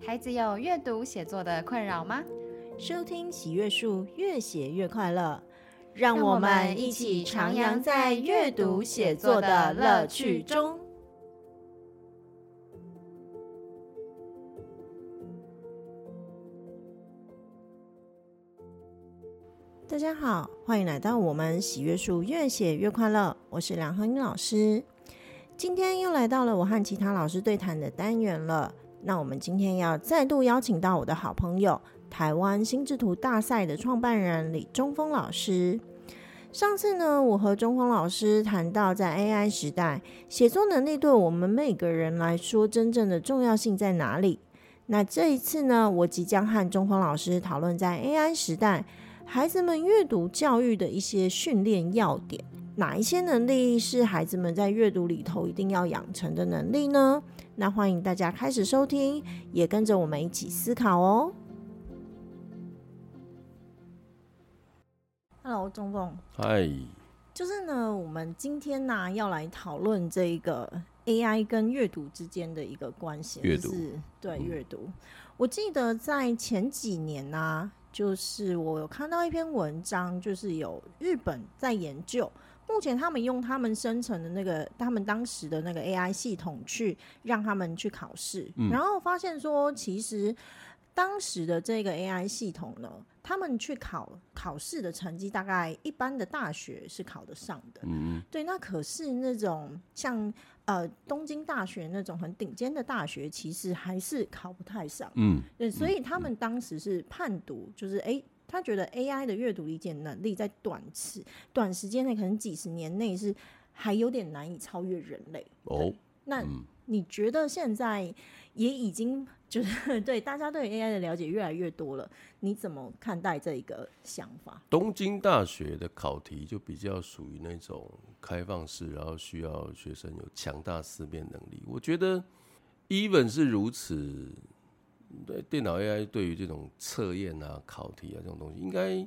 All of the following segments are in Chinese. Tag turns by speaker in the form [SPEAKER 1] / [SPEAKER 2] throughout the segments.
[SPEAKER 1] 孩子有阅读写作的困扰吗？
[SPEAKER 2] 收听喜悦树，越写越快乐。让我们一起徜徉在阅读写作的乐趣中。大家好，欢迎来到我们喜悦树，越写越快乐。我是梁恒英老师，今天又来到了我和其他老师对谈的单元了。那我们今天要再度邀请到我的好朋友台湾心智图大赛的创办人李中峰老师。上次呢，我和中峰老师谈到，在 AI 时代，写作能力对我们每个人来说真正的重要性在哪里？那这一次呢，我即将和中峰老师讨论在 AI 时代，孩子们阅读教育的一些训练要点，哪一些能力是孩子们在阅读里头一定要养成的能力呢？那欢迎大家开始收听，也跟着我们一起思考哦。Hello，钟凤，
[SPEAKER 3] 嗨，
[SPEAKER 2] 就是呢，我们今天呢、要来讨论这一个 AI 跟阅读之间的一个关系，
[SPEAKER 3] 阅读
[SPEAKER 2] 就
[SPEAKER 3] 嗯
[SPEAKER 2] 是对阅读。我记得在前几年呢、就是我有看到一篇文章，就是有日本在研究，目前他们用他们生成的那个他们当时的那个 AI 系统去让他们去考试，
[SPEAKER 3] 嗯
[SPEAKER 2] 然后发现说其实。当时的这个 AI 系统呢，他们去考考试的成绩，大概一般的大学是考得上的。
[SPEAKER 3] 嗯，
[SPEAKER 2] 对，那可是那种像呃东京大学那种很顶尖的大学，其实还是考不太上。
[SPEAKER 3] 嗯，
[SPEAKER 2] 对，所以他们当时是判读，就是诶，他觉得 AI 的阅读理解能力在短时短时间内，可能几十年内是还有点难以超越人类。
[SPEAKER 3] 哦，
[SPEAKER 2] 那
[SPEAKER 3] 嗯
[SPEAKER 2] 你觉得现在也已经就是对大家对 AI 的了解越来越多了，你怎么看待这一个想法？
[SPEAKER 3] 东京大学的考题就比较属于那种开放式，然后需要学生有强大思辨能力。我觉得，even 是如此，对电脑 AI 对于这种测验啊、考题啊这种东西，应该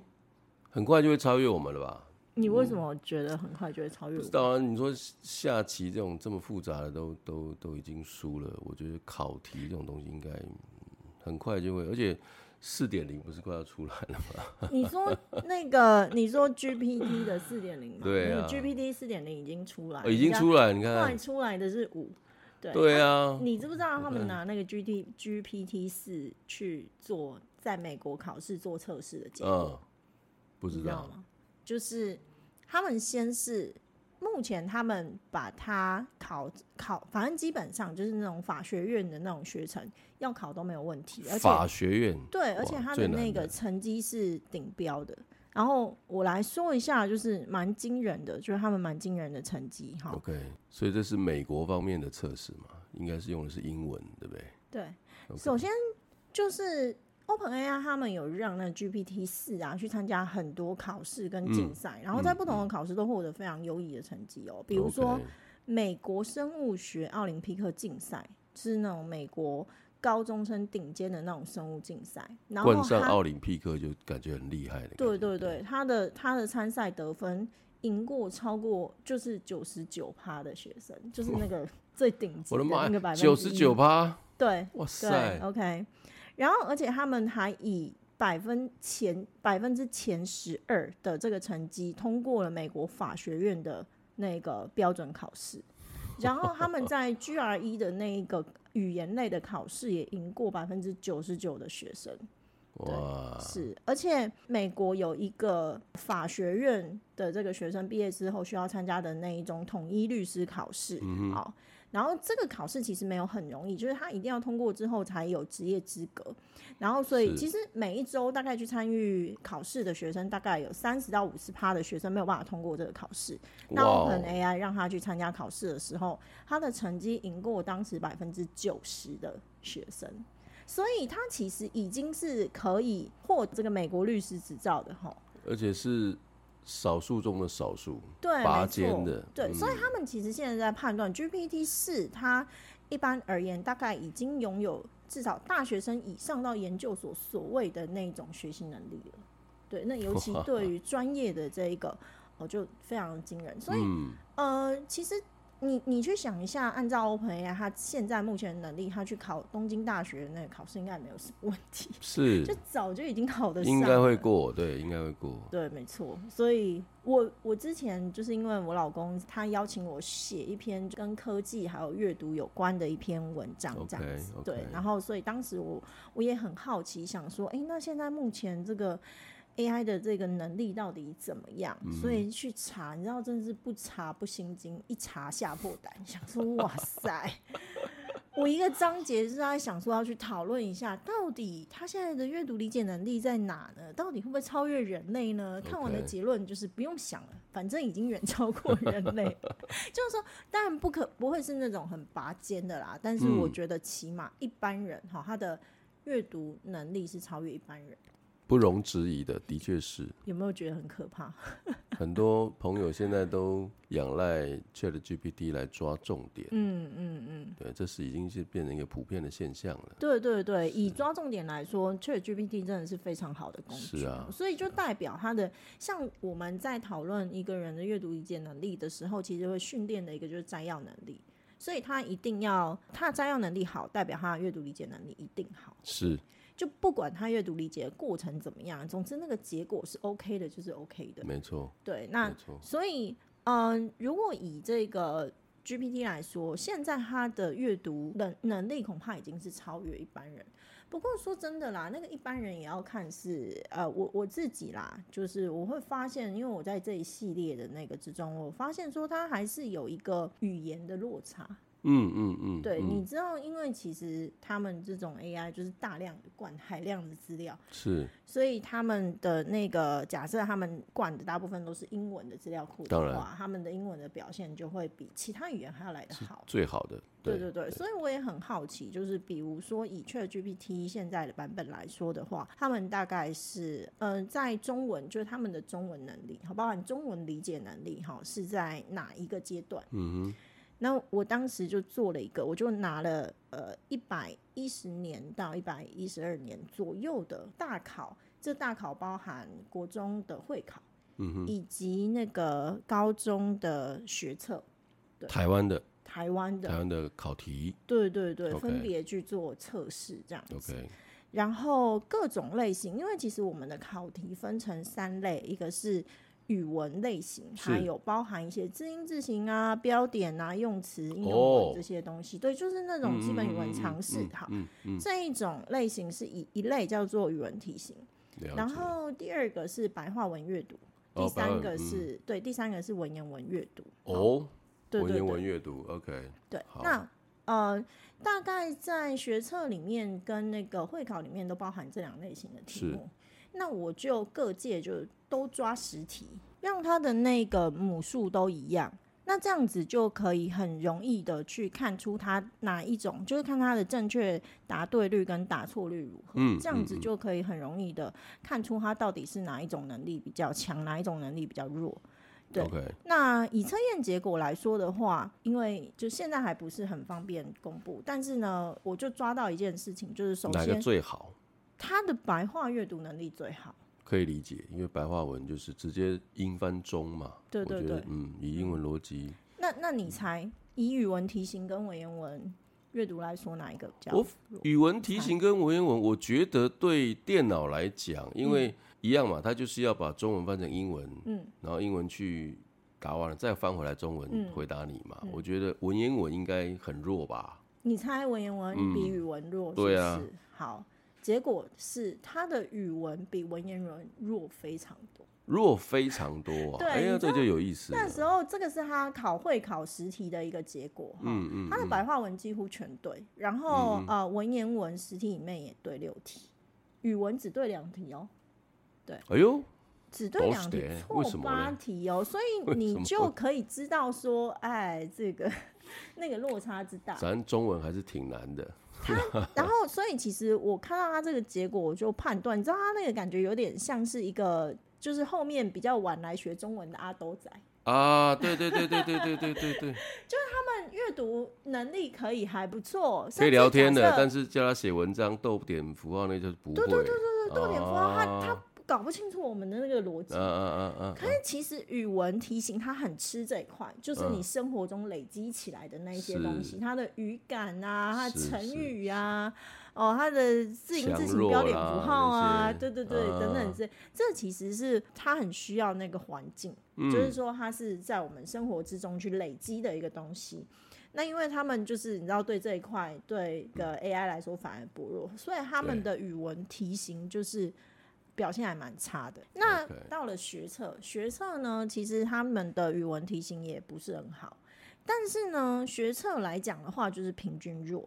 [SPEAKER 3] 很快就会超越我们了吧？
[SPEAKER 2] 你为什么觉得很快就会超越
[SPEAKER 3] 嗯不
[SPEAKER 2] 我
[SPEAKER 3] 知？道啊，你说下棋这种这么复杂的都都都已经输了，我觉得考题这种东西应该嗯很快就会，而且四点零不是快要出来了吗？
[SPEAKER 2] 你说那 个，你说 GPT 的四点零嘛？
[SPEAKER 3] 对
[SPEAKER 2] 那个
[SPEAKER 3] 啊
[SPEAKER 2] GPT 四点零已经出来了，
[SPEAKER 3] 哦已经出
[SPEAKER 2] 来，
[SPEAKER 3] 来，你
[SPEAKER 2] 后来
[SPEAKER 3] 看，
[SPEAKER 2] 出来的是五，对
[SPEAKER 3] 对
[SPEAKER 2] 啊。
[SPEAKER 3] 啊，嗯
[SPEAKER 2] 你知不知道他们拿那个 G T G P T 四去做在美国考试做测试的结果？
[SPEAKER 3] 嗯，不
[SPEAKER 2] 你
[SPEAKER 3] 知
[SPEAKER 2] 知道
[SPEAKER 3] 道，
[SPEAKER 2] 吗？就是他们先是目前他们把它考考，反正基本上就是那种法学院的那种学程要考都没有问题，而且
[SPEAKER 3] 法学院，
[SPEAKER 2] 对，
[SPEAKER 3] 哇
[SPEAKER 2] 而且他的
[SPEAKER 3] 最难
[SPEAKER 2] 那个
[SPEAKER 3] 的
[SPEAKER 2] 成绩是顶标的。然后我来说一下，就是蛮惊人的，就是他们蛮惊人的成绩哈。
[SPEAKER 3] ，OK，所以这是美国方面的测试嘛，应该是用的是英文，对不对？
[SPEAKER 2] 对
[SPEAKER 3] OK
[SPEAKER 2] 首先就是 OpenAI 他们有让那 GPT 四啊去参加很多考试跟竞赛，然后在不同的考试都获得非常优异的成绩哦。比如说
[SPEAKER 3] 嗯 OK，
[SPEAKER 2] 美国生物学奥林匹克竞赛是那种美国高中生顶尖的那种生物竞赛，然后
[SPEAKER 3] 冠上
[SPEAKER 2] 它
[SPEAKER 3] 奥林匹克就感觉很厉害的感觉，
[SPEAKER 2] 对对对，他的他的参赛得分赢过超过就是九十九趴的学生，就是那个最顶级
[SPEAKER 3] 我的妈
[SPEAKER 2] 那个百分
[SPEAKER 3] 呀，
[SPEAKER 2] 之
[SPEAKER 3] 九十九趴，
[SPEAKER 2] 对哦对
[SPEAKER 3] 哇塞，
[SPEAKER 2] OK，然后而且他们还以百分前百分之前十二的这个成绩通过了美国法学院的那个标准考试，然后他们在 GRE 的那一个语言类的考试也赢过百分之九十九的学生。
[SPEAKER 3] 哇，
[SPEAKER 2] 是，而且美国有一个法学院的这个学生毕业之后需要参加的那一种统一律师考试，好，然后这个考试其实没有很容易，就是他一定要通过之后才有职业资格，然后所以
[SPEAKER 3] 是
[SPEAKER 2] 其实每一周大概去参与考试的学生，大概有三十到五十趴的学生没有办法通过这个考试，那
[SPEAKER 3] 哇哦
[SPEAKER 2] Open AI 让他去参加考试的时候，他的成绩赢过当时百分之九十的学生，所以他其实已经是可以获这个美国律师执照的哈。
[SPEAKER 3] 而且是少数中的少数，
[SPEAKER 2] 对，
[SPEAKER 3] 拔
[SPEAKER 2] 没错
[SPEAKER 3] 尖的，
[SPEAKER 2] 对，
[SPEAKER 3] 嗯
[SPEAKER 2] 所以他们其实现在在判断 GPT 四，它一般而言大概已经拥有至少大学生以上到研究所所谓的那种学习能力了。对，那尤 其对于专业的这一个，哦，就非常惊人。所以
[SPEAKER 3] 嗯，
[SPEAKER 2] 呃，其实你你去想一下，按照 Open AI 他现在目前的能力，他去考东京大学那个考试应该没有什么问题，
[SPEAKER 3] 是
[SPEAKER 2] 就早就已经考得上，
[SPEAKER 3] 应该会。过，对，应该会过。
[SPEAKER 2] 对，没错。所以我我之前就是因为我老公他邀请我写一篇跟科技还有阅读有关的一篇文章，这样子。
[SPEAKER 3] OK，OK
[SPEAKER 2] 对，然后所以当时我我也很好奇，想说，哎、那现在目前这个 AI 的这个能力到底怎么样？所以去查，你知道，真的是不查不心惊，一查吓破胆，想说，哇塞。 我一个章节是在想说要去讨论一下，到底他现在的阅读理解能力在哪呢？到底会不会超越人类呢？看完的
[SPEAKER 3] OK
[SPEAKER 2] 结论就是不用想了，反正已经远超过人类。就是说，当然不可不会是那种很拔尖的啦，但是
[SPEAKER 3] 嗯
[SPEAKER 2] 我觉得起码一般人哈，他的阅读能力是超越一般人。
[SPEAKER 3] 不容置疑的，的确是
[SPEAKER 2] 有没有觉得很可怕？
[SPEAKER 3] 很多朋友现在都仰赖 Chat GPT 来抓重点，
[SPEAKER 2] 嗯嗯嗯。
[SPEAKER 3] 对，这是已经是变成一个普遍的现象了。
[SPEAKER 2] 对对对，以抓重点来说，ChatGPT 真的是非常好的工具，
[SPEAKER 3] 是啊
[SPEAKER 2] 所以就代表它的像我们在讨论一个人的阅读理解能力的时候，其实会训练的一个就是摘要能力，所以他一定要他摘要能力好，代表他的阅读理解能力一定好，
[SPEAKER 3] 是，
[SPEAKER 2] 就不管他阅读理解的过程怎么样，总之那个结果是 OK 的，就是 OK 的。
[SPEAKER 3] 没错，
[SPEAKER 2] 对，那
[SPEAKER 3] 没错，
[SPEAKER 2] 所以，嗯、如果以这个 GPT 来说，现在它的阅读能能力恐怕已经是超越一般人。不过说真的啦，那个一般人也要看是呃，我我自己啦，就是我会发现，因为我在这一系列的那个之中，我发现说它还是有一个语言的落差。
[SPEAKER 3] 嗯嗯嗯，
[SPEAKER 2] 对，
[SPEAKER 3] 嗯
[SPEAKER 2] 你知道，因为其实他们这种 AI 就是大量的灌海量的资料，
[SPEAKER 3] 是
[SPEAKER 2] 所以他们的那个假设，他们灌的大部分都是英文的资料库的
[SPEAKER 3] 当然
[SPEAKER 2] 话，他们的英文的表现就会比其他语言还要来得好。
[SPEAKER 3] 最好的，
[SPEAKER 2] 对对对，所以我也很好奇，就是比如说以 ChatGPT 现在的版本来说的话，他们大概是嗯、呃在中文就是他们的中文能力，好，包含中文理解能力，哈，是在哪一个阶段？
[SPEAKER 3] 嗯哼，
[SPEAKER 2] 那我当时就做了一个，我就拿了呃一百一十年到一百一十二年左右的大考，这大考包含国中的会考，
[SPEAKER 3] 嗯哼，
[SPEAKER 2] 以及那个高中的学测，对
[SPEAKER 3] 台湾的
[SPEAKER 2] 台湾
[SPEAKER 3] 台
[SPEAKER 2] 的，
[SPEAKER 3] 湾的考题
[SPEAKER 2] 对对对
[SPEAKER 3] OK
[SPEAKER 2] 分别去做测试这样子。
[SPEAKER 3] ，OK，
[SPEAKER 2] 然后各种类型，因为其实我们的考题分成三类，一个是语文类型，
[SPEAKER 3] 是
[SPEAKER 2] 它有包含一些字音字形啊、标点啊、用词、应用
[SPEAKER 3] 哦
[SPEAKER 2] 文这些东西。对，就是那种基本语文常识。好，
[SPEAKER 3] 嗯嗯，
[SPEAKER 2] 这一种类型是一一类叫做语文题型，
[SPEAKER 3] 嗯了
[SPEAKER 2] 然
[SPEAKER 3] 解
[SPEAKER 2] 后第二个是白话文阅读，第
[SPEAKER 3] 哦白话
[SPEAKER 2] 三个
[SPEAKER 3] 文嗯
[SPEAKER 2] 是、对，第三个是文言文阅读。
[SPEAKER 3] 哦，
[SPEAKER 2] 对
[SPEAKER 3] 文
[SPEAKER 2] 对
[SPEAKER 3] 言
[SPEAKER 2] 对
[SPEAKER 3] 文阅读，OK，
[SPEAKER 2] 对，
[SPEAKER 3] 好
[SPEAKER 2] 那呃，大概在学测里面跟那个会考里面都包含这两类型的题
[SPEAKER 3] 是
[SPEAKER 2] 目。那我就各界就都抓十题，让它的那个母数都一样。那这样子就可以很容易的去看出它哪一种，就是看它的正确答对率跟答错率如何。
[SPEAKER 3] 嗯
[SPEAKER 2] 这样
[SPEAKER 3] 嗯
[SPEAKER 2] 子
[SPEAKER 3] 嗯
[SPEAKER 2] 就可以很容易的看出它到底是哪一种能力比较强，哪一种能力比较弱。对
[SPEAKER 3] ，OK，
[SPEAKER 2] 那以测验结果来说的话，因为就现在还不是很方便公布，但是呢，我就抓到一件事情，就是首
[SPEAKER 3] 哪个
[SPEAKER 2] 先
[SPEAKER 3] 最好？
[SPEAKER 2] 他的白话阅读能力最好，
[SPEAKER 3] 可以理解，因为白话文就是直接英翻中嘛。
[SPEAKER 2] 对对
[SPEAKER 3] 我觉得
[SPEAKER 2] 对
[SPEAKER 3] 嗯，以英文逻辑，
[SPEAKER 2] 那那你猜，以语文题型跟文言文阅读来说，哪一个比较
[SPEAKER 3] 我
[SPEAKER 2] 弱？
[SPEAKER 3] 语文题
[SPEAKER 2] 嗯
[SPEAKER 3] 型跟文言文，我觉得对电脑来讲，因为一样嘛，它就是要把中文翻成英文，
[SPEAKER 2] 嗯，
[SPEAKER 3] 然后英文去答完了，再翻回来中文
[SPEAKER 2] 嗯
[SPEAKER 3] 回答你嘛。
[SPEAKER 2] 嗯
[SPEAKER 3] 我觉得文言文应该很弱吧？
[SPEAKER 2] 你猜文言文比
[SPEAKER 3] 嗯
[SPEAKER 2] 语文弱是不是？
[SPEAKER 3] 对啊
[SPEAKER 2] 好，结果是他的语文比文言文弱非常多。
[SPEAKER 3] 弱非常多啊！
[SPEAKER 2] 对
[SPEAKER 3] 哎
[SPEAKER 2] 你
[SPEAKER 3] 呀，
[SPEAKER 2] 知
[SPEAKER 3] 这就有意思了。
[SPEAKER 2] 那时候这个是他考会考实题的一个结果哈。
[SPEAKER 3] 嗯嗯，
[SPEAKER 2] 他的
[SPEAKER 3] 嗯
[SPEAKER 2] 白话文几乎全对，然后、
[SPEAKER 3] 嗯嗯
[SPEAKER 2] 呃文言文十题里面也对六题，语文只对两题哦，
[SPEAKER 3] 哎呦，
[SPEAKER 2] 只对两
[SPEAKER 3] 都是
[SPEAKER 2] 题
[SPEAKER 3] 的，
[SPEAKER 2] 错
[SPEAKER 3] 为什么
[SPEAKER 2] 八
[SPEAKER 3] 嘞
[SPEAKER 2] 题 哦，所以
[SPEAKER 3] 为什
[SPEAKER 2] 你
[SPEAKER 3] 么
[SPEAKER 2] 就可以知道说， 哎，这个 那个落差之大。
[SPEAKER 3] 咱中文还 是啊挺难的。
[SPEAKER 2] 然后，所以其实我看到他这个结果，我就判断，你知道他那个感觉有点像是一个，就是后面比较晚来学中文的阿斗仔，
[SPEAKER 3] 啊，对对对对对对对对 对，
[SPEAKER 2] 但阅读能力可以还不错，
[SPEAKER 3] 可以聊天的，
[SPEAKER 2] 但
[SPEAKER 3] 但是叫他写文章、逗点符号那就是不会。
[SPEAKER 2] 对对对对对，逗点符号，他
[SPEAKER 3] 啊
[SPEAKER 2] 他搞不清楚我们的那个逻辑。
[SPEAKER 3] 嗯嗯嗯
[SPEAKER 2] 可
[SPEAKER 3] 嗯，
[SPEAKER 2] 是其实语文题型它很吃这一块，就是你
[SPEAKER 3] 嗯
[SPEAKER 2] 生活中累积起来的那一些东西，
[SPEAKER 3] 是
[SPEAKER 2] 它的语感啊，它的
[SPEAKER 3] 是
[SPEAKER 2] 成
[SPEAKER 3] 是
[SPEAKER 2] 语啊，哦，它的字形
[SPEAKER 3] 强
[SPEAKER 2] 字形
[SPEAKER 3] 弱
[SPEAKER 2] 标点
[SPEAKER 3] 啦
[SPEAKER 2] 符号啊，
[SPEAKER 3] 那些嗯
[SPEAKER 2] 对对对，等等这这其实是它很需要那个环境，
[SPEAKER 3] 嗯
[SPEAKER 2] 就是说它是在我们生活之中去累积的一个东西。那因为他们就是你知道对这一块对一
[SPEAKER 3] 嗯
[SPEAKER 2] 个 AI 来说反而薄弱，所以他们的语文题型就是表现还蛮差的。那
[SPEAKER 3] OK
[SPEAKER 2] 到了学测，学测呢，其实他们的语文题型也不是很好，但是呢，学测来讲的话，就是平均弱，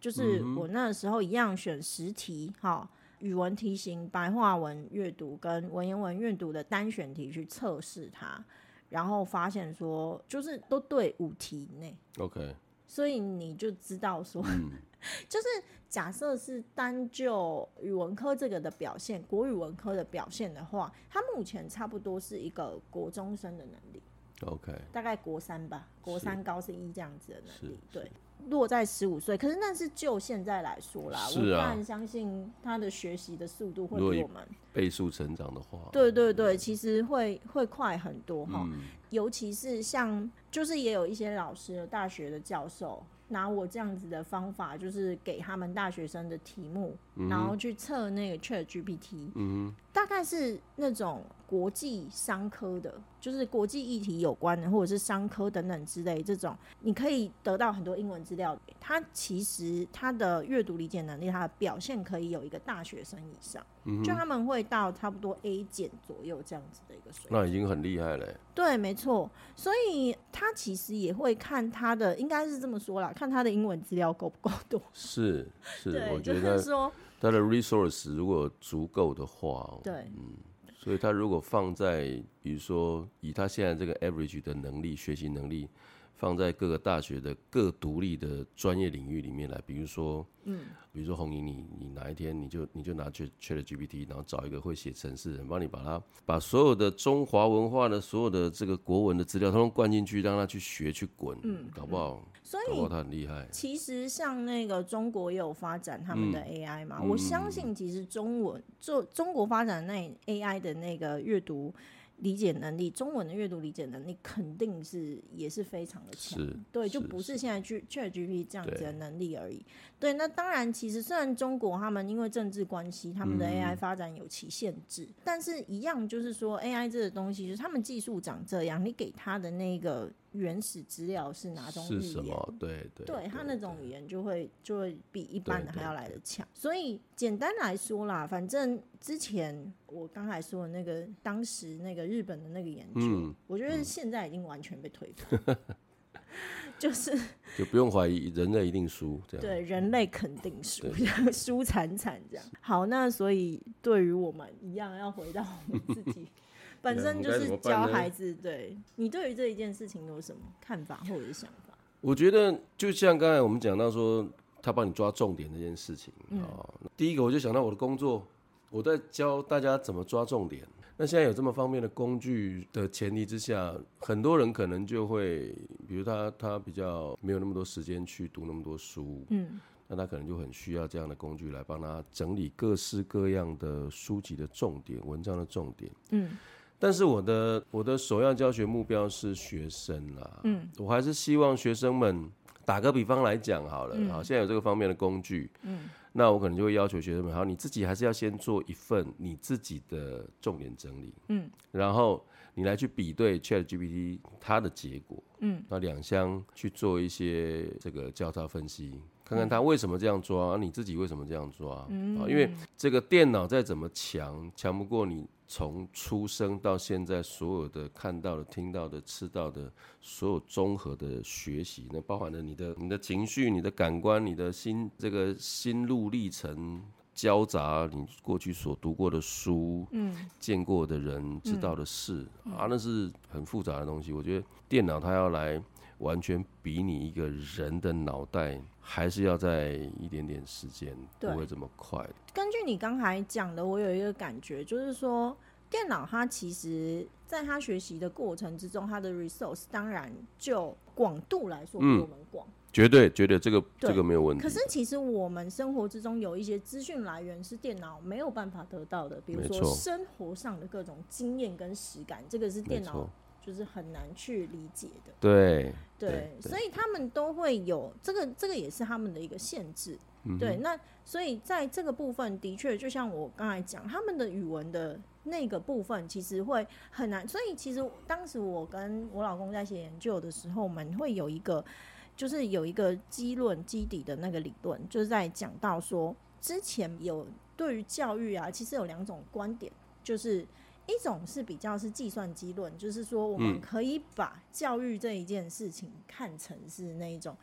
[SPEAKER 2] 就是我那时候一样选十题，哈、语文题型、白话文阅读跟文言文阅读的单选题去测试它，然后发现说，就是都对五题以内。
[SPEAKER 3] ，OK，
[SPEAKER 2] 所以你就知道说，
[SPEAKER 3] 嗯
[SPEAKER 2] 就是假设是单就语文科这个的表现，国语文科的表现的话，它目前差不多是一个国中生的能力，
[SPEAKER 3] OK，
[SPEAKER 2] 大概国三吧，国
[SPEAKER 3] 是
[SPEAKER 2] 三高是一这样子的能力，
[SPEAKER 3] 是
[SPEAKER 2] 对。落在十五岁，可是那是就现在来说啦，
[SPEAKER 3] 是
[SPEAKER 2] 我不
[SPEAKER 3] 啊
[SPEAKER 2] 然相信他的学习的速度会
[SPEAKER 3] 如果
[SPEAKER 2] 比
[SPEAKER 3] 以
[SPEAKER 2] 我们
[SPEAKER 3] 倍速成长的话，
[SPEAKER 2] 对对对，其实会会快很多哈、尤其是像就是也有一些老师，大学的教授拿我这样子的方法，就是给他们大学生的题目，然后去测那个 Chat GPT，
[SPEAKER 3] 嗯
[SPEAKER 2] 大概是那种国际商科的，就是国际议题有关的，或者是商科等等之类这种，你可以得到很多英文资料。它其实它的阅读理解能力，它的表现可以有一个大学生以上，
[SPEAKER 3] 嗯
[SPEAKER 2] 就他们会到差不多 A 减左右这样子的一个水平。
[SPEAKER 3] 那已经很厉害了。
[SPEAKER 2] 对，没错。所以他其实也会看他的，应该是这么说啦，看他的英文资料够不够多。
[SPEAKER 3] 是是，
[SPEAKER 2] 对，
[SPEAKER 3] 我
[SPEAKER 2] 就
[SPEAKER 3] 觉
[SPEAKER 2] 是
[SPEAKER 3] 得
[SPEAKER 2] 说，
[SPEAKER 3] 它的 resource 如果足够的话，
[SPEAKER 2] 对，
[SPEAKER 3] 所以他如果放在，比如说以他现在这个 average 的能力、学习能力，放在各个大学的各独立的专业领域里面来，比如说，嗯，比如说红英，你你哪一天你就你就拿去 Chat GPT，然后找一个会写程式人，帮你把它把所有的中华文化的所有的这个国文的资料，通通灌进去，让他去学去滚，嗯，搞不好，
[SPEAKER 2] 所
[SPEAKER 3] 搞不好
[SPEAKER 2] 以
[SPEAKER 3] 他很厉害，
[SPEAKER 2] 其实像那个中国也有发展他们的
[SPEAKER 3] 嗯
[SPEAKER 2] AI 嘛，我相信其实中文就中国发展那 AI 的那个阅读理解能力，中文的阅读理解能力肯定是也是非常的强。
[SPEAKER 3] 是，
[SPEAKER 2] 对，就不是现在去 ChatGPT 这样子的能力而已。对，那当然，其实虽然中国他们因为政治关系，他们
[SPEAKER 3] 嗯
[SPEAKER 2] 的 AI 发展有其限制，但是一样就是说 AI 这个东西，就是他们技术长这样，你给他的那个原始资料是哪种
[SPEAKER 3] 是
[SPEAKER 2] 语
[SPEAKER 3] 什
[SPEAKER 2] 言？
[SPEAKER 3] 么？对对，
[SPEAKER 2] 对他那种语言就会就会比一般的
[SPEAKER 3] 对
[SPEAKER 2] 还要来的强，所以简单来说啦，反正之前我刚才说的那个当时那个日本的那个研究，
[SPEAKER 3] 嗯
[SPEAKER 2] 我觉得现在已经完全被推翻， 就是
[SPEAKER 3] 就不用怀疑，人类一定输，这样，
[SPEAKER 2] 对人类肯
[SPEAKER 3] 嗯
[SPEAKER 2] 定输，输惨惨这样。好，那所以对于我们一样要回到我们自 己。本
[SPEAKER 3] 对啊
[SPEAKER 2] 身
[SPEAKER 3] 我们
[SPEAKER 2] 就
[SPEAKER 3] 该
[SPEAKER 2] 是
[SPEAKER 3] 怎么办
[SPEAKER 2] 教
[SPEAKER 3] 呢
[SPEAKER 2] 孩子，对你对于这一件事情有什么看法或者是想法？
[SPEAKER 3] 我觉得就像刚才我们讲到说，他帮你抓重点这件事情啊、
[SPEAKER 2] 嗯
[SPEAKER 3] 第一个我就想到我的工作，我在教大家怎么抓重点。那现在有这么方面的工具的前提之下，很多人可能就会，比如他他比较没有那么多时间去读那么多书，
[SPEAKER 2] 嗯，
[SPEAKER 3] 那他可能就很需要这样的工具来帮他整理各式各样的书籍的重点、文章的重点。
[SPEAKER 2] 嗯，
[SPEAKER 3] 但是我的我的首要教学目标是学生啦，嗯，我还是希望学生们打个比方来讲好了，好，现在有这个方面的工具，嗯，那我可能就会要求学生们，好，你自己还是要先做一份你自己的重点整理，嗯，然后你来去比对 Chat GPT 它的结果，嗯，那两相去做一些这个交叉分析。看看它为什么这样抓，啊你自己为什么这样抓？嗯，因为这个电脑再怎么强，强不过你从出生到现在所有的看到的、听到的、吃到的所有综合的学习，那包含了你的、你的情绪、你的感官、你的心这个心路历程。交杂你过去所读过的书，嗯，见过的人，知道的事、啊，那是很复杂的东西。我觉得电脑它要来完全比你一个人的脑袋，还是要在一点点时间，
[SPEAKER 2] 对
[SPEAKER 3] 不会这么快。
[SPEAKER 2] 根据你刚才讲的，我有一个感觉，就是说，电脑它其实在它学习的过程之中，它的 resource 当然就广度来说比
[SPEAKER 3] 嗯
[SPEAKER 2] 我们广。
[SPEAKER 3] 绝对绝对这个
[SPEAKER 2] 对
[SPEAKER 3] 这个没有问题
[SPEAKER 2] 可。是其实我们生活之中有一些资讯来源是电脑没有办法得到的，比如
[SPEAKER 3] 没
[SPEAKER 2] 说
[SPEAKER 3] 错
[SPEAKER 2] 生活上的各种经验跟实感，这个是
[SPEAKER 3] 没
[SPEAKER 2] 电脑
[SPEAKER 3] 错，
[SPEAKER 2] 就是很难去理解的。
[SPEAKER 3] 对
[SPEAKER 2] 对，
[SPEAKER 3] 对
[SPEAKER 2] 所以他们都会有这个，这个也是他们的一个限制。对，那所以在这个部分，的确就像我刚才讲，他们的语文的那个部分其实会很难。所以其实当时我跟我老公在写研究的时候，我们会有一个就是有一个基论基底的那个理论，就是在讲到说，之前有对于教育啊，其实有两种观点，就是一种是比较是计算机论，就是说我们
[SPEAKER 3] 嗯
[SPEAKER 2] 可以把教育这一件事情看成是那一种，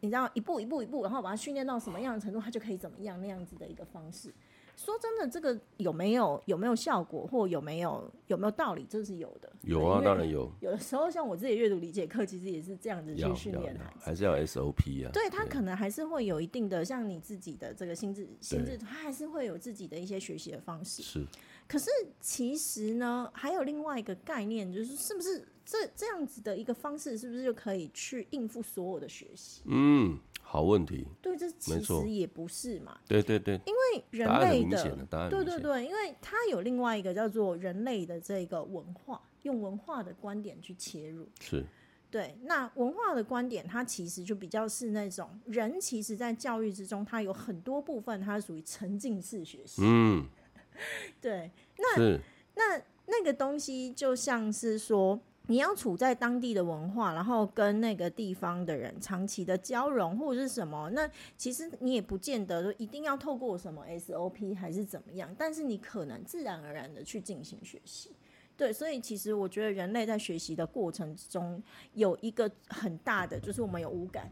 [SPEAKER 2] 你知道一步一步一步，然后把它训练到什么样的程度，它就可以怎么样那样子的一个方式。说真的，这个有没有有没有效果，或有没有有没有道理，这是有的。
[SPEAKER 3] 有
[SPEAKER 2] 对
[SPEAKER 3] 啊，
[SPEAKER 2] 因为
[SPEAKER 3] 当然有，
[SPEAKER 2] 有的时候，像我自己的阅读理解课，其实也是这样子
[SPEAKER 3] 要
[SPEAKER 2] 去训
[SPEAKER 3] 要
[SPEAKER 2] 练
[SPEAKER 3] 要
[SPEAKER 2] 孩，子。
[SPEAKER 3] 还是要 SOP 啊。
[SPEAKER 2] 对他可能还是会有一定的，像你自己的这个心智心智
[SPEAKER 3] 对
[SPEAKER 2] 图，他还是会有自己的一些学习的方式。
[SPEAKER 3] 是
[SPEAKER 2] 可是其实呢，还有另外一个概念，就是是不是这这样子的一个方式，是不是就可以去应付所有的学习？
[SPEAKER 3] 嗯，好问题，
[SPEAKER 2] 对，这其
[SPEAKER 3] 没错
[SPEAKER 2] 实也不是嘛，
[SPEAKER 3] 对对对，
[SPEAKER 2] 因为人
[SPEAKER 3] 答案很
[SPEAKER 2] 类
[SPEAKER 3] 明显的，答案很
[SPEAKER 2] 对
[SPEAKER 3] 明
[SPEAKER 2] 对
[SPEAKER 3] 显
[SPEAKER 2] 对，因为它有另外一个叫做人类的这个文化，用文化的观点去切入。
[SPEAKER 3] 是
[SPEAKER 2] 对，那文化的观点，它其实就比较是那种人，其实在教育之中，它有很多部分它属于沉浸式学习。
[SPEAKER 3] 嗯
[SPEAKER 2] 对，
[SPEAKER 3] 是
[SPEAKER 2] 那那个东西就像是说，你要处在当地的文化，然后跟那个地方的人长期的交融或者是什么，那其实你也不见得说一定要透过什么 SOP 还是怎么样，但是你可能自然而然的去进行学习。对，所以其实我觉得人类在学习的过程之中有一个很大的，就是我们有五感。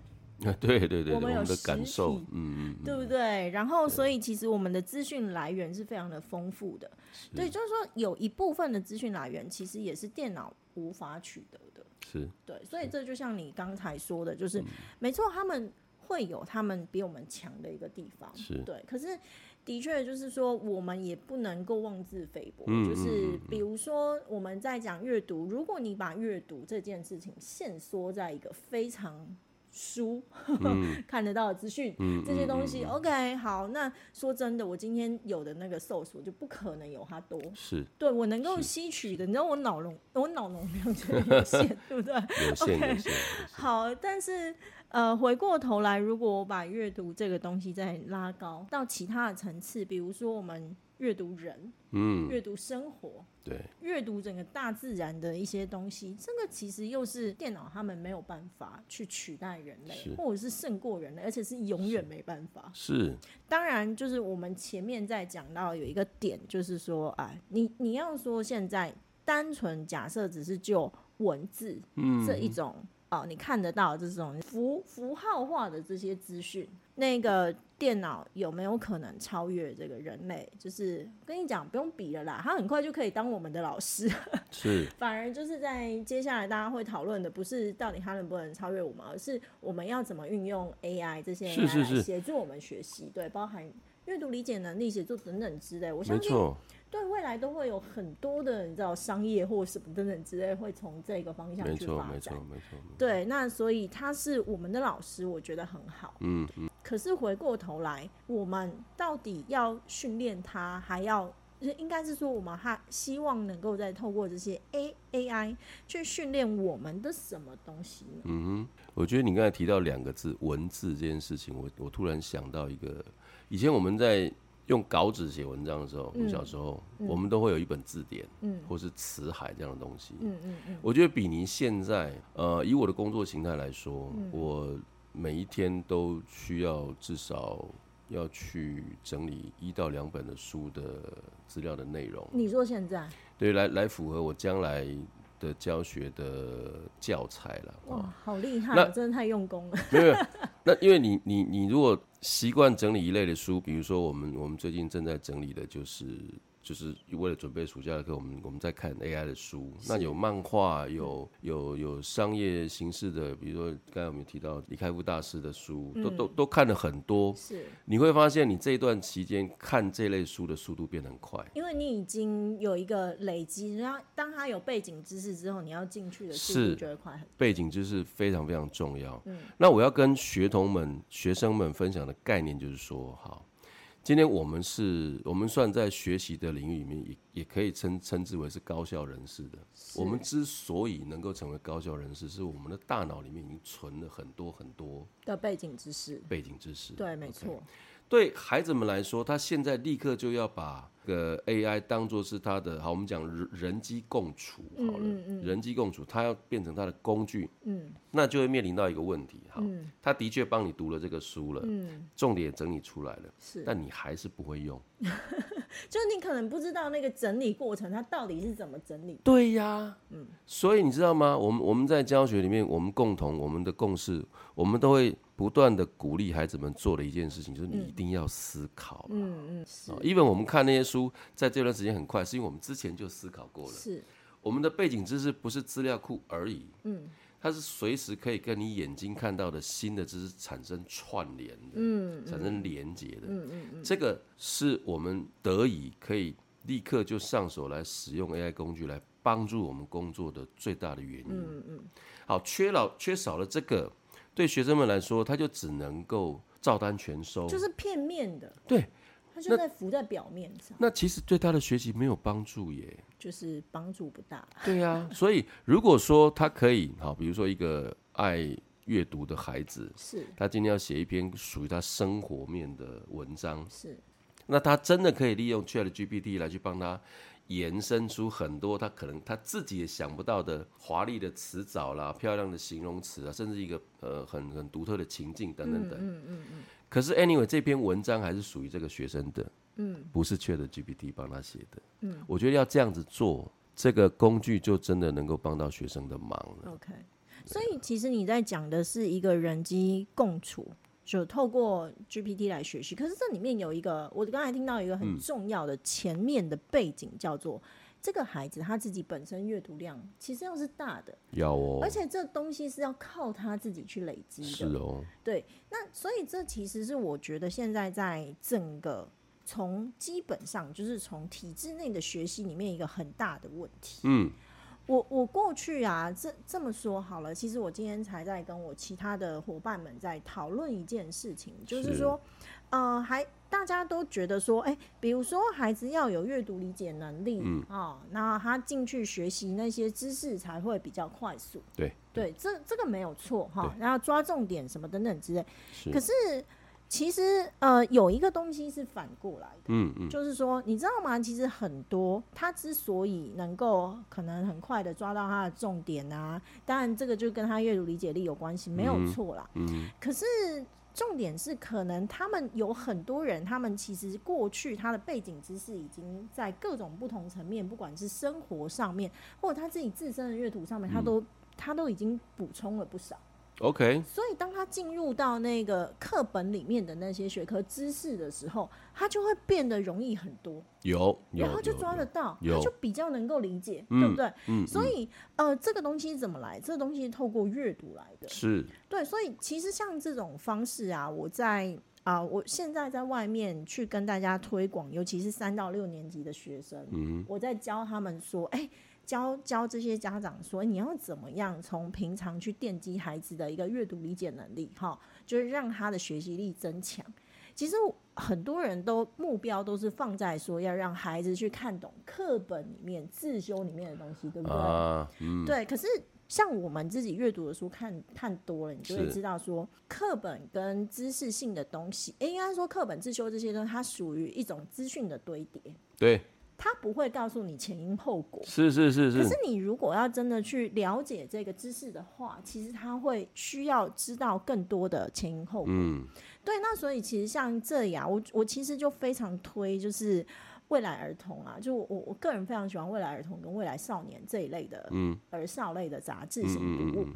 [SPEAKER 3] 对对对对，
[SPEAKER 2] 我
[SPEAKER 3] 我
[SPEAKER 2] 们有
[SPEAKER 3] 们的感
[SPEAKER 2] 实
[SPEAKER 3] 受
[SPEAKER 2] 体，
[SPEAKER 3] 嗯，嗯
[SPEAKER 2] 对不对？然后，所以其实我们的资讯来源是非常的丰富的，对，就是说有一部分的资讯来源其实也是电脑无法取得的，
[SPEAKER 3] 嗯 是
[SPEAKER 2] 对，所以这就像你刚才说的，就是、
[SPEAKER 3] 嗯
[SPEAKER 2] 没错，他们会有他们比我们强的一个地方，
[SPEAKER 3] 是
[SPEAKER 2] 对，可是的确就是说，我们也不能够妄自菲薄，
[SPEAKER 3] 嗯
[SPEAKER 2] 就是比如说我们在讲阅读，如果你把阅读这件事情限缩在一个非常书、
[SPEAKER 3] 嗯
[SPEAKER 2] 看得到的资讯、这些东西、o k 好，那说真的，我今天有的那个 source 我就不可能有它多，
[SPEAKER 3] 是
[SPEAKER 2] 对我能够吸取的，你知道我脑容我脑容量就有 限，对不对？
[SPEAKER 3] 有限
[SPEAKER 2] OK
[SPEAKER 3] 有限，
[SPEAKER 2] 好，但是呃，回过头来，如果我把阅读这个东西再拉高到其他的层次，比如说我们阅读人、
[SPEAKER 3] 嗯，
[SPEAKER 2] 阅读生活、
[SPEAKER 3] 对，
[SPEAKER 2] 阅读整个大自然的一些东西，这个其实又是电脑他们没有办法去取代人类，
[SPEAKER 3] 是
[SPEAKER 2] 或者是胜过人类，而且是永远没办法。
[SPEAKER 3] 是
[SPEAKER 2] 当然，就是我们前面在讲到有一个点，就是说啊，你你要说现在单纯假设只是就文字、
[SPEAKER 3] 嗯
[SPEAKER 2] 这一种哦，你看得到这种符符号化的这些资讯，那个电脑有没有可能超越这个人类？就是跟你讲，不用比了啦，它很快就可以当我们的老师。
[SPEAKER 3] 是
[SPEAKER 2] 反而就是在接下来大家会讨论的，不是到底它能不能超越我们，而是我们要怎么运用 AI 这些
[SPEAKER 3] 是
[SPEAKER 2] AI
[SPEAKER 3] 是
[SPEAKER 2] 来
[SPEAKER 3] 是
[SPEAKER 2] 协助我们学习，对，包含阅读理解能力、写作等等之类。我
[SPEAKER 3] 没
[SPEAKER 2] 相信
[SPEAKER 3] 错，
[SPEAKER 2] 对未来都会有很多的，你知道商业或什么等等之类，会从这个方向
[SPEAKER 3] 没
[SPEAKER 2] 去
[SPEAKER 3] 错
[SPEAKER 2] 发
[SPEAKER 3] 没错
[SPEAKER 2] 展。
[SPEAKER 3] 没错，
[SPEAKER 2] 对，那所以他是我们的老师，我觉得很好。
[SPEAKER 3] 嗯嗯，
[SPEAKER 2] 可是回过头来，我们到底要训练它，还要就是应该是说，我们还希望能够再透过这些 A A I 去训练我们的什么东西呢？
[SPEAKER 3] 嗯我觉得你刚才提到两个字“文字”这件事情，我我突然想到一个，以前我们在用稿纸写文章的时候，
[SPEAKER 2] 嗯
[SPEAKER 3] 我们小时候、我们都会有一本字典，嗯，或是词海这样的东西，
[SPEAKER 2] 嗯嗯嗯，
[SPEAKER 3] 我觉得比您现在，呃，以我的工作形态来说，
[SPEAKER 2] 嗯
[SPEAKER 3] 我每一天都需要至少要去整理一到两本的书的资料的内容，
[SPEAKER 2] 你说现在
[SPEAKER 3] 对，来来符合我将来的教学的教材了。
[SPEAKER 2] 哇
[SPEAKER 3] 哦，，
[SPEAKER 2] 好厉害
[SPEAKER 3] 那
[SPEAKER 2] 哦，真的太用 功了。
[SPEAKER 3] 没有，没有那因为你你你如果习惯整理一类的书，比如说我们我们最近正在整理的就是就是为了准备暑假的课，我们我们在看 AI 的书，那有漫画，有有有商业形式的，比如说刚才我们有提到李开复大师的书，都都都看了很多。
[SPEAKER 2] 是
[SPEAKER 3] 你会发现，你这一段期间看这类书的速度变得很快。
[SPEAKER 2] 因为你已经有一个累积，然后当他有背景知识之后，你要进去的速度
[SPEAKER 3] 是
[SPEAKER 2] 就会快很多。
[SPEAKER 3] 背景知识非常非常重要。那我要跟学童们、学生们分享的概念就是说，好，今天我们是，我们算在学习的领域里面，也也可以称称之为是高效人士的。我们之所以能够成为高效人士，是我们的大脑里面已经存了很多很多
[SPEAKER 2] 的背景知识，
[SPEAKER 3] 背景知识。
[SPEAKER 2] 对，没
[SPEAKER 3] OK
[SPEAKER 2] 错。
[SPEAKER 3] 对孩子们来说，他现在立刻就要把个 AI 当做是他的好，我们讲人人机共处好了，
[SPEAKER 2] 嗯
[SPEAKER 3] 人机共处，他要变成他的工具，
[SPEAKER 2] 嗯，
[SPEAKER 3] 那就会面临到一个问题，好，
[SPEAKER 2] 嗯
[SPEAKER 3] 他的确帮你读了这个书了，
[SPEAKER 2] 嗯，
[SPEAKER 3] 重点整理出来了，
[SPEAKER 2] 是，
[SPEAKER 3] 但你还是不会用。
[SPEAKER 2] 就是你可能不知道那个整理过程，它到底是怎么整理。
[SPEAKER 3] 对呀，嗯，所以你知道吗？我们我们在教学里面，我们共同我们的共识，我们都会不断的鼓励孩子们做的一件事情，就是你一定要思考。嗯
[SPEAKER 2] 嗯嗯，是
[SPEAKER 3] 啊，因为我们看那些书，在这段时间很快，是因为我们之前就思考过了。
[SPEAKER 2] 是，
[SPEAKER 3] 我们的背景知识不是资料库而已，
[SPEAKER 2] 嗯
[SPEAKER 3] 它是随时可以跟你眼睛看到的新的知识产生串联的，
[SPEAKER 2] 嗯
[SPEAKER 3] 产生连结的。
[SPEAKER 2] 嗯嗯嗯，
[SPEAKER 3] 这个是我们得以可以立刻就上手来使用 AI 工具来帮助我们工作的最大的原因。嗯嗯。好，缺了缺少了这个，对学生们来说，他就只能够照单全收。
[SPEAKER 2] 就是片面的，
[SPEAKER 3] 对，
[SPEAKER 2] 它就在浮在表面上，
[SPEAKER 3] 那其实对他的学习没有帮助耶。
[SPEAKER 2] 就是帮助不大。
[SPEAKER 3] 对啊，所以如果说他可以，好，比如说一个爱阅读的孩子，
[SPEAKER 2] 是
[SPEAKER 3] 他今天要写一篇属于他生活面的文章，
[SPEAKER 2] 是，
[SPEAKER 3] 那他真的可以利用 Chat GPT 来去帮他延伸出很多他可能他自己也想不到的华丽的词藻啦、漂亮的形容词啊，甚至一个呃很很独特的情境等等等。嗯嗯嗯可是 anyway，这篇文章还是属于这个学生的，嗯，不是 Chat GPT 帮他写的。嗯，我觉得要这样子做，这个工具就真的能够帮到学生的忙了。
[SPEAKER 2] OK，所以其实你在讲的是一个人机共处，就透过 GPT 来学习。可是这里面有一个，我刚才听到一个
[SPEAKER 3] 嗯
[SPEAKER 2] 很重要的前面的背景，叫做这个孩子他自己本身阅读量其实要是大的，
[SPEAKER 3] 要哦，
[SPEAKER 2] 而且这东西是要靠他自己去累积的。
[SPEAKER 3] 是哦，
[SPEAKER 2] 对，那所以这其实是我觉得现在在整个从基本上就是从体制内的学习里面一个很大的问题。
[SPEAKER 3] 嗯，
[SPEAKER 2] 我我过去啊，这这么说好了，其实我今天才在跟我其他的伙伴们在讨论一件事情，就是
[SPEAKER 3] 是
[SPEAKER 2] 说，呃，还大家都觉得说，哎、比如说孩子要有阅读理解能力啊、
[SPEAKER 3] 嗯
[SPEAKER 2] 哦，那他进去学习那些知识才会比较快速。
[SPEAKER 3] 对，
[SPEAKER 2] 对，这这个没有错哈，
[SPEAKER 3] 对
[SPEAKER 2] 然后抓重点什么等等之类。
[SPEAKER 3] 是
[SPEAKER 2] 可，是其实呃，有一个东西是反过来的，
[SPEAKER 3] 嗯嗯，
[SPEAKER 2] 就是说，你知道吗？其实很多他之所以能够可能很快的抓到他的重点啊，当然这个就跟他阅读理解力有关系，没有错啦。
[SPEAKER 3] 嗯
[SPEAKER 2] 可是重点是，可能他们有很多人，他们其实过去他的背景知识已经在各种不同层面，不管是生活上面，或者他自己自身的阅读上面，他都、他都已经补充了不少。
[SPEAKER 3] ，OK，
[SPEAKER 2] 所以，当他进入到那个课本里面的那些学科知识的时候，他就会变得容易很多，
[SPEAKER 3] 有有，
[SPEAKER 2] 然后就
[SPEAKER 3] 有
[SPEAKER 2] 抓
[SPEAKER 3] 有
[SPEAKER 2] 得到，
[SPEAKER 3] 有
[SPEAKER 2] 他就比较能够理解，
[SPEAKER 3] 嗯
[SPEAKER 2] 对不对？
[SPEAKER 3] 嗯，
[SPEAKER 2] 所以，呃，这个东西怎么来？这个东西透过阅读来的。
[SPEAKER 3] 是
[SPEAKER 2] 对，所以其实像这种方式啊，我在啊、我现在在外面去跟大家推广，尤其是三到六年级的学生，
[SPEAKER 3] 嗯
[SPEAKER 2] 我在教他们说，哎、教教这些家长说，哎你要怎么样从平常去奠基孩子的一个阅读理解能力，哈，就是让他的学习力增强。其实我很多人都目标都是放在说要让孩子去看懂课本里面自修里面的东西，对不对？
[SPEAKER 3] 啊，嗯。
[SPEAKER 2] 对，可是像我们自己阅读的书看看多了，你就会
[SPEAKER 3] 是
[SPEAKER 2] 知道说，课本跟知识性的东西，诶应该说课本自修这些东西，它属于一种资讯的堆叠，
[SPEAKER 3] 对，
[SPEAKER 2] 它不会告诉你前因后果。
[SPEAKER 3] 是是是
[SPEAKER 2] 可是
[SPEAKER 3] 是，
[SPEAKER 2] 你如果要真的去了解这个知识的话，其实它会需要知道更多的前因后果。
[SPEAKER 3] 嗯，
[SPEAKER 2] 对，那所以其实像这样，我我其实就非常推就是未来儿童啊，就我我个人非常喜欢未来儿童跟未来少年这一类的，嗯，儿少类的杂
[SPEAKER 3] 嗯
[SPEAKER 2] 志型读物。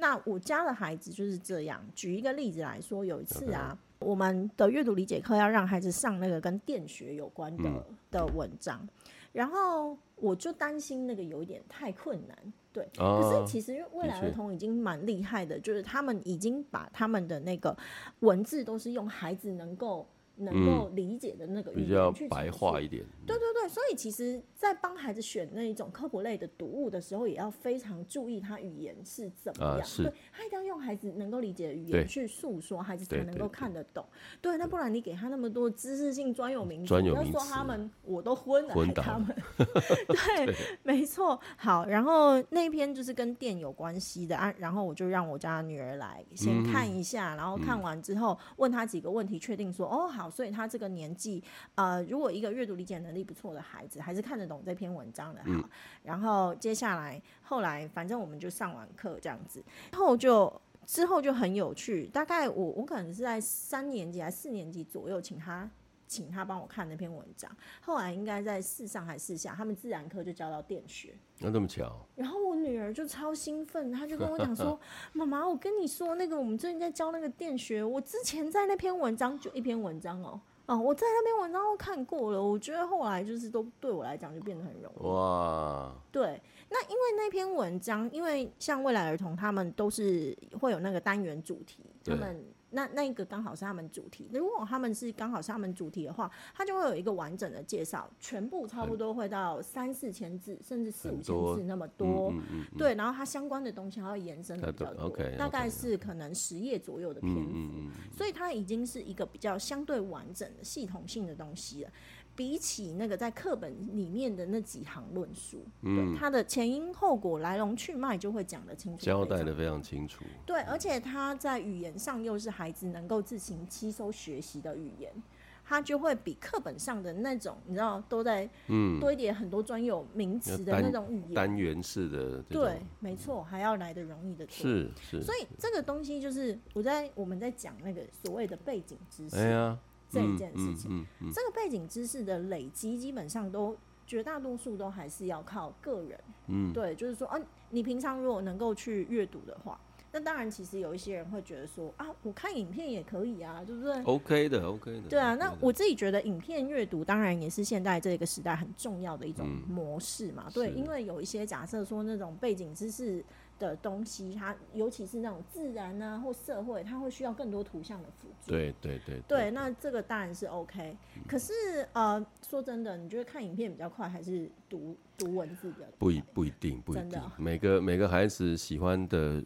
[SPEAKER 2] 那我家的孩子就是这样，举一个例子来说，有一次啊。我们的阅读理解课要让孩子上那个跟电学有关的、
[SPEAKER 3] 嗯
[SPEAKER 2] 的文章，然后我就担心那个有一点太困难，对。
[SPEAKER 3] 啊
[SPEAKER 2] 可是其实未来
[SPEAKER 3] 的确
[SPEAKER 2] 儿童已经蛮厉害的，就是他们已经把他们的那个文字都是用孩子能够能够理解的那个
[SPEAKER 3] 嗯比
[SPEAKER 2] 语
[SPEAKER 3] 较
[SPEAKER 2] 言去
[SPEAKER 3] 白
[SPEAKER 2] 阐述
[SPEAKER 3] 话一点，
[SPEAKER 2] 对对对，所以其实，在帮孩子选那一种科普类的读物的时候，也要非常注意他语言是怎么
[SPEAKER 3] 啊
[SPEAKER 2] 样，
[SPEAKER 3] 是
[SPEAKER 2] 对，他一定要用孩子能够理解的语
[SPEAKER 3] 对
[SPEAKER 2] 言去诉说，孩子
[SPEAKER 3] 对
[SPEAKER 2] 才能
[SPEAKER 3] 对
[SPEAKER 2] 够
[SPEAKER 3] 对
[SPEAKER 2] 看得懂。对，那不然你给他那么多知识性专有名词，
[SPEAKER 3] 专有
[SPEAKER 2] 你要
[SPEAKER 3] 名
[SPEAKER 2] 说
[SPEAKER 3] 词
[SPEAKER 2] 他们，我都昏了，
[SPEAKER 3] 昏
[SPEAKER 2] 还
[SPEAKER 3] 倒
[SPEAKER 2] 他
[SPEAKER 3] 了
[SPEAKER 2] 们。对，没错。好，然后那一篇就是跟电有关系的啊，然后我就让我家女儿来
[SPEAKER 3] 嗯
[SPEAKER 2] 先看一下，然后看完之后问她几个问题，确定说哦好，所以她这个年纪，呃，如果一个阅读理解能力不错的孩子，还是看得懂这篇文章的
[SPEAKER 3] 嗯
[SPEAKER 2] 好。然后接下来后来反正我们就上完课这样子，然后就。之后就很有趣，大概我我可能是在三年级还是四年级左右，请他请他帮我看那篇文章，后来应该在四上还是四下，他们自然科就教到电学。
[SPEAKER 3] 那这么巧，
[SPEAKER 2] 然后我女儿就超兴奋，她就跟我讲说：“妈妈，我跟你说，那个我们最近在教那个电学，我之前在那篇文章就一篇文章哦，哦，我在那篇文章都看过了。我觉得后来就是都对我来讲就变得很容易。
[SPEAKER 3] 哇，
[SPEAKER 2] 对，那因为那篇文章，因为像未来儿童他们都是会有那个单元主题，他
[SPEAKER 3] 对
[SPEAKER 2] 们那那一个刚好是他们主题。如果他们是刚好是他们主题的话，他就会有一个完整的介绍，全部差不多会到三四千字，甚至四五
[SPEAKER 3] 很
[SPEAKER 2] 千
[SPEAKER 3] 多
[SPEAKER 2] 字那么多。
[SPEAKER 3] 嗯嗯嗯嗯，
[SPEAKER 2] 对，然后它相关的东西还要延伸的比较
[SPEAKER 3] 它都
[SPEAKER 2] 多
[SPEAKER 3] OK，
[SPEAKER 2] 大概
[SPEAKER 3] OK，
[SPEAKER 2] 是可能十页左右的篇幅。
[SPEAKER 3] 嗯嗯嗯，
[SPEAKER 2] 所以它已经是一个比较相对完整的系统性的东西了。比起那个在课本里面的那几行论述，
[SPEAKER 3] 嗯
[SPEAKER 2] 对它的前因后果、来龙去脉就会讲得清楚，
[SPEAKER 3] 交代的。非常清楚，
[SPEAKER 2] 对，而且它在语言上又是孩子能够自行吸收学习的语言，它就会比课本上的那种，你知道，都在
[SPEAKER 3] 嗯，
[SPEAKER 2] 堆叠很多专有名词的那种语言，
[SPEAKER 3] 单元式的这
[SPEAKER 2] 对
[SPEAKER 3] 种，，
[SPEAKER 2] 没错，还要来的容易的多。
[SPEAKER 3] 是是，
[SPEAKER 2] 所以这个东西就是我在我们在讲那个所谓的背景知识，
[SPEAKER 3] 哎呀，
[SPEAKER 2] 这一
[SPEAKER 3] 嗯
[SPEAKER 2] 件事情
[SPEAKER 3] 嗯嗯嗯
[SPEAKER 2] 这个背景知识的累积，基本上都绝大多数都还是要靠个人。
[SPEAKER 3] 嗯，
[SPEAKER 2] 对，就是说，啊，你平常如果能够去阅读的话，那当然，其实有一些人会觉得说，啊，我看影片也可以啊，对不对？
[SPEAKER 3] OK 的，OK 的。
[SPEAKER 2] 对啊，
[SPEAKER 3] OK
[SPEAKER 2] 那
[SPEAKER 3] 的
[SPEAKER 2] 我自己觉得影片阅读当然也是现在这个时代很重要的一种
[SPEAKER 3] 嗯
[SPEAKER 2] 模式嘛。对，
[SPEAKER 3] 是
[SPEAKER 2] 因为有一些假设说那种背景知识的东西，它尤其是那种自然啊或社会，它会需要更多图像的辅助。
[SPEAKER 3] 对对对
[SPEAKER 2] 对，那这个当然是 OK。可是呃，说真的，你觉得看影片比较快，还是读读文字比较快？
[SPEAKER 3] 不一不一定不一
[SPEAKER 2] 真的
[SPEAKER 3] 定
[SPEAKER 2] 哦，
[SPEAKER 3] 每个每个孩子喜欢的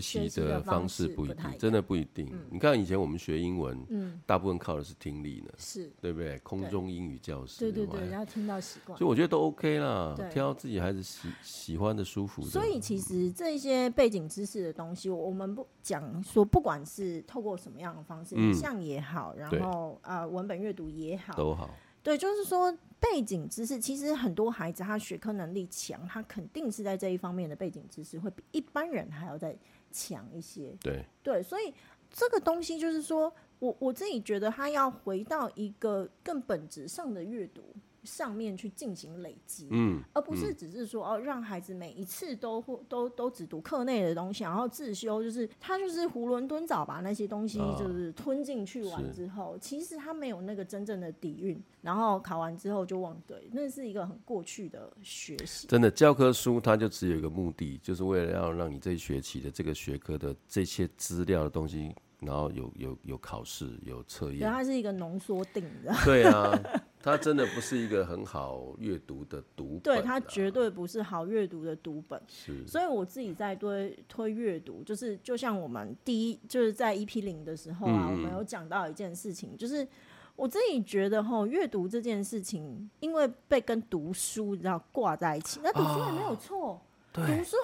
[SPEAKER 2] 学
[SPEAKER 3] 习
[SPEAKER 2] 习的
[SPEAKER 3] 的
[SPEAKER 2] 方
[SPEAKER 3] 方式
[SPEAKER 2] 式
[SPEAKER 3] 不
[SPEAKER 2] 不
[SPEAKER 3] 一
[SPEAKER 2] 太一
[SPEAKER 3] 定，真的不一定。你看以前我们学英文，
[SPEAKER 2] 嗯，
[SPEAKER 3] 大部分靠的是听力呢，
[SPEAKER 2] 是，
[SPEAKER 3] 对不对？空中英语教室，
[SPEAKER 2] 对对
[SPEAKER 3] 有
[SPEAKER 2] 对，
[SPEAKER 3] 没有
[SPEAKER 2] 要听到习惯
[SPEAKER 3] 所以。我觉得都 OK 啦
[SPEAKER 2] 对，
[SPEAKER 3] 挑自己孩子喜喜欢的、舒服的。
[SPEAKER 2] 所以其实这些背景知识的东西，我们不讲说，不管是透过什么样的方式，影
[SPEAKER 3] 嗯
[SPEAKER 2] 像也好，然
[SPEAKER 3] 对
[SPEAKER 2] 后呃文本阅读也好，
[SPEAKER 3] 都好，
[SPEAKER 2] 对，就是说背景知识，其实很多孩子他学科能力强，他肯定是在这一方面的背景知识会比一般人还要再强一些。
[SPEAKER 3] 对，
[SPEAKER 2] 对，所以这个东西就是说我我自己觉得它要回到一个更本质上的阅读上面去进行累积。
[SPEAKER 3] 嗯，
[SPEAKER 2] 而不是只是说哦，让孩子每一次都或都都只读课内的东西，然后自修，就是他就是囫囵吞枣把那些东西
[SPEAKER 3] 啊
[SPEAKER 2] 就是吞进去完
[SPEAKER 3] 是
[SPEAKER 2] 之后，其实他没有那个真正的底蕴，然后考完之后就忘对，那是一个很过去的学习。
[SPEAKER 3] 真的教科书它就只有一个目的，就是为了要让你这一学期的这个学科的这些资料的东西，然后有有有考试、有测
[SPEAKER 2] 对，
[SPEAKER 3] 验，
[SPEAKER 2] 它是一个浓缩定的，
[SPEAKER 3] 对啊， 它真的不是一个很好阅读的读本、
[SPEAKER 2] 对，
[SPEAKER 3] 啊。
[SPEAKER 2] 它绝对不是好阅读的读本。
[SPEAKER 3] 是
[SPEAKER 2] 所以我自己在推推阅读，就是就像我们第一就是在 EP 零的时候啊，
[SPEAKER 3] 嗯嗯
[SPEAKER 2] 我们有讲到一件事情，就是我自己觉得吼，阅读这件事情，因为被跟读书你知道挂在一起，那读书也没有错，
[SPEAKER 3] 啊
[SPEAKER 2] 读书。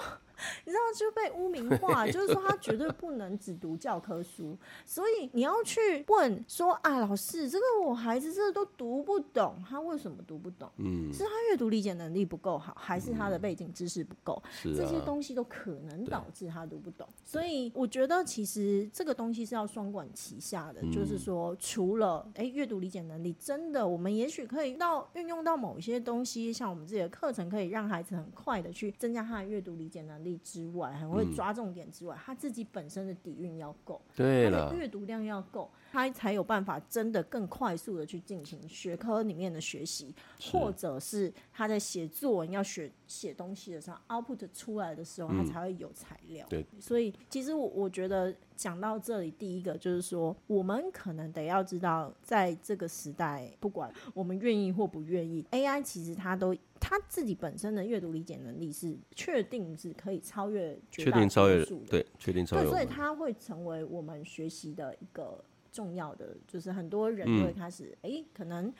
[SPEAKER 2] 你知道就被污名化，就是说他绝对不能只读教科 书，所以你要去问说啊，老师，这个我孩子这个都读不懂，他为什么读不懂？
[SPEAKER 3] 嗯
[SPEAKER 2] 是他阅读理解能力不够好，还是他的背景知识不够？
[SPEAKER 3] 是
[SPEAKER 2] 这些
[SPEAKER 3] 啊，
[SPEAKER 2] 东西都可能导致他读不懂。所以我觉得其实这个东西是要双管齐下的，
[SPEAKER 3] 嗯
[SPEAKER 2] 就是说除了诶阅读理解能力，真的我们也许可以到运用到某一些东西，像我们自己的课程可以让孩子很快的去增加他的阅读理解能力之
[SPEAKER 3] 嗯
[SPEAKER 2] 外，很会抓重点之外，他自己本身的底蕴要够，
[SPEAKER 3] 对
[SPEAKER 2] 他的
[SPEAKER 3] 了，
[SPEAKER 2] 阅读量要够，他才有办法真的更快速的去进行学科里面的学习，
[SPEAKER 3] 是
[SPEAKER 2] 或者是他在写作文要写写东西的时候，output 出来的时候，他才会有材料。
[SPEAKER 3] 嗯对，
[SPEAKER 2] 所以其实我我觉得讲到这里，第一个就是说，我们可能得要知道，在这个时代，不管我们愿意或不愿意，AI 其实它都。它自己本身的阅读理解能力是确定是可以超越绝
[SPEAKER 3] 确
[SPEAKER 2] 大
[SPEAKER 3] 定超越
[SPEAKER 2] 多
[SPEAKER 3] 人
[SPEAKER 2] 数的，
[SPEAKER 3] 对，确定超越
[SPEAKER 2] 对，
[SPEAKER 3] 我
[SPEAKER 2] 所以
[SPEAKER 3] 们。
[SPEAKER 2] 它会成为我们学习的一个重要的，就是很多人
[SPEAKER 3] 嗯
[SPEAKER 2] 会开始，诶，可能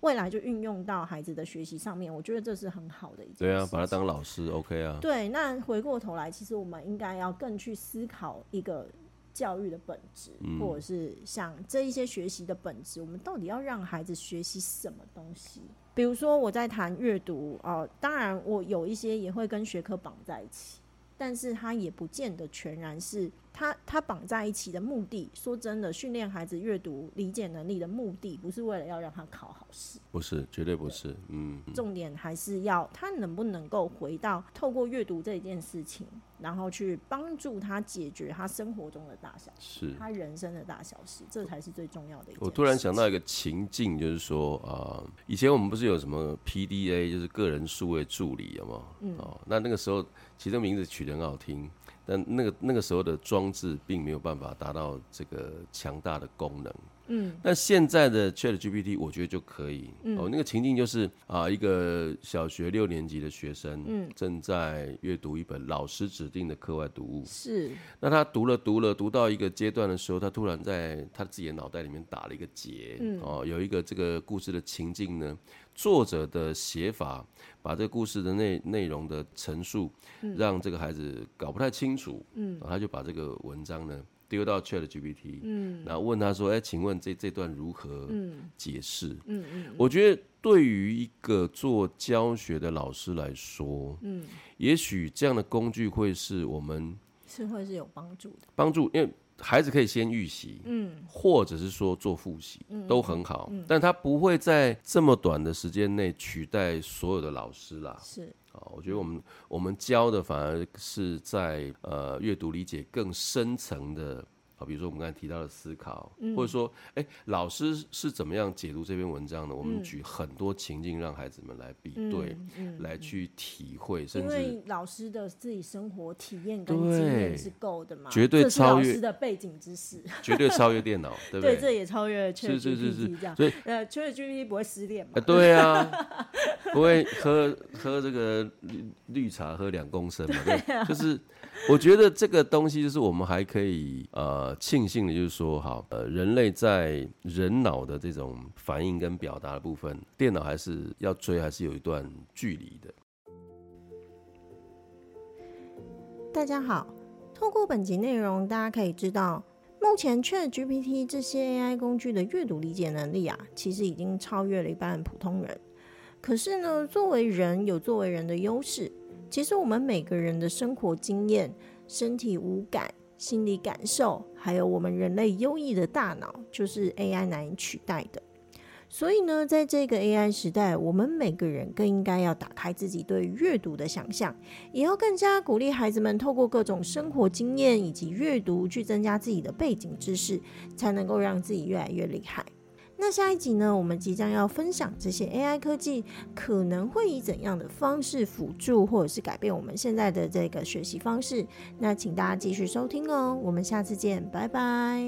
[SPEAKER 2] 未来就运用到孩子的学习上面，我觉得这是很好的一件
[SPEAKER 3] 对啊
[SPEAKER 2] 事，
[SPEAKER 3] 把他
[SPEAKER 2] 情
[SPEAKER 3] 当老师，OK 啊，
[SPEAKER 2] 对，那回过头来，其实我们应该要更去思考一个教育的本质，或者是像这一些学习的本质，我们到底要让孩子学习什么东西？比如说我在谈阅读哦、当然我有一些也会跟学科绑在一起，但是它也不见得全然是它它绑在一起的目的。说真的，训练孩子阅读理解能力的目的，不是为了要让他考好试。
[SPEAKER 3] 不是，绝对不是，嗯，
[SPEAKER 2] 重点还是要他能不能够回到透过阅读这一件事情，然后去帮助他解决他生活中的大小事，
[SPEAKER 3] 是。
[SPEAKER 2] 他人生的大小事，这才是最重要的一件事情。
[SPEAKER 3] 我突然想到一个情境，就是说啊、以前我们不是有什么 PDA，就是个人数位助理，有没有？哦，那那个时候其实名字取得很好听，但那个那个时候的装置并没有办法达到这个强大的功能。嗯，那现在的 Chat GPT 我觉得就可以。哦，那个情境就是啊、一个小学六年级的学生，嗯，正在阅读一本老师指定的课外读物，
[SPEAKER 2] 是
[SPEAKER 3] 那他读了读了读到一个阶段的时候，他突然在他自己的脑袋里面打了一个结，哦，有一个这个故事的情境呢，作者的写法把这个故事的内内容的陈述，让这个孩子搞不太清楚，嗯，然后他就把这个文章呢丢到 Chat GPT，嗯，然后问他说，哎，请问这这段如何解释？嗯嗯，我觉得对于一个做教学的老师来说，嗯，也许这样的工具会是我们。
[SPEAKER 2] 是会是有帮助的。
[SPEAKER 3] 帮助，因为孩子可以先预习，嗯，或者是说做复习，
[SPEAKER 2] 嗯
[SPEAKER 3] 都很好，但他不会在这么短的时间内取代所有的老师啦。
[SPEAKER 2] 是
[SPEAKER 3] 啊，我觉得我们我们教的反而是在呃阅读理解更深层的。啊，比如说我们刚才提到的思考，
[SPEAKER 2] 嗯
[SPEAKER 3] 或者说，哎，老师是怎么样解读这篇文章的？我
[SPEAKER 2] 嗯
[SPEAKER 3] 们举很多情境让孩子们来比对，来去体会，
[SPEAKER 2] 因
[SPEAKER 3] 甚至
[SPEAKER 2] 为老师的自己生活体验跟
[SPEAKER 3] 对
[SPEAKER 2] 经验是够的嘛，
[SPEAKER 3] 绝对
[SPEAKER 2] 这是
[SPEAKER 3] 超
[SPEAKER 2] 老
[SPEAKER 3] 越
[SPEAKER 2] 师的背景知识。
[SPEAKER 3] 绝对超 越电脑，对不
[SPEAKER 2] 对，这也超越 c h a
[SPEAKER 3] 是
[SPEAKER 2] t
[SPEAKER 3] 是是
[SPEAKER 2] GPT 这
[SPEAKER 3] 是，
[SPEAKER 2] 样。
[SPEAKER 3] 所以
[SPEAKER 2] 呃 c h a t GPT 不会失恋嘛
[SPEAKER 3] 啊，？对啊，不会喝喝这个绿绿茶喝两公升嘛，对，就是我觉得这个东西就是我们还可以呃庆幸的，就是说好呃人类在人脑的这种反应跟表达的部分，电脑还是要追还是有一段距离的。
[SPEAKER 2] 大家好，透过本集内容，大家可以知道，目前 ChatGPT 这些 AI 工具的阅读理解能力啊，其实已经超越了一般普通人。可是呢，作为人有作为人的优势，其实我们每个人的生活经验、身体五感、心理感受，还有我们人类优异的大脑，就是 AI 难以取代的。所以呢，在这个 AI 时代，我们每个人更应该要打开自己对阅读的想象，也要更加鼓励孩子们透过各种生活经验以及阅读，去增加自己的背景知识，才能够让自己越来越厉害。那下一集呢，我们即将要分享这些 AI 科技可能会以怎样的方式辅助，或者是改变我们现在的这个学习方式。那请大家继续收听哦，我们下次见，拜拜。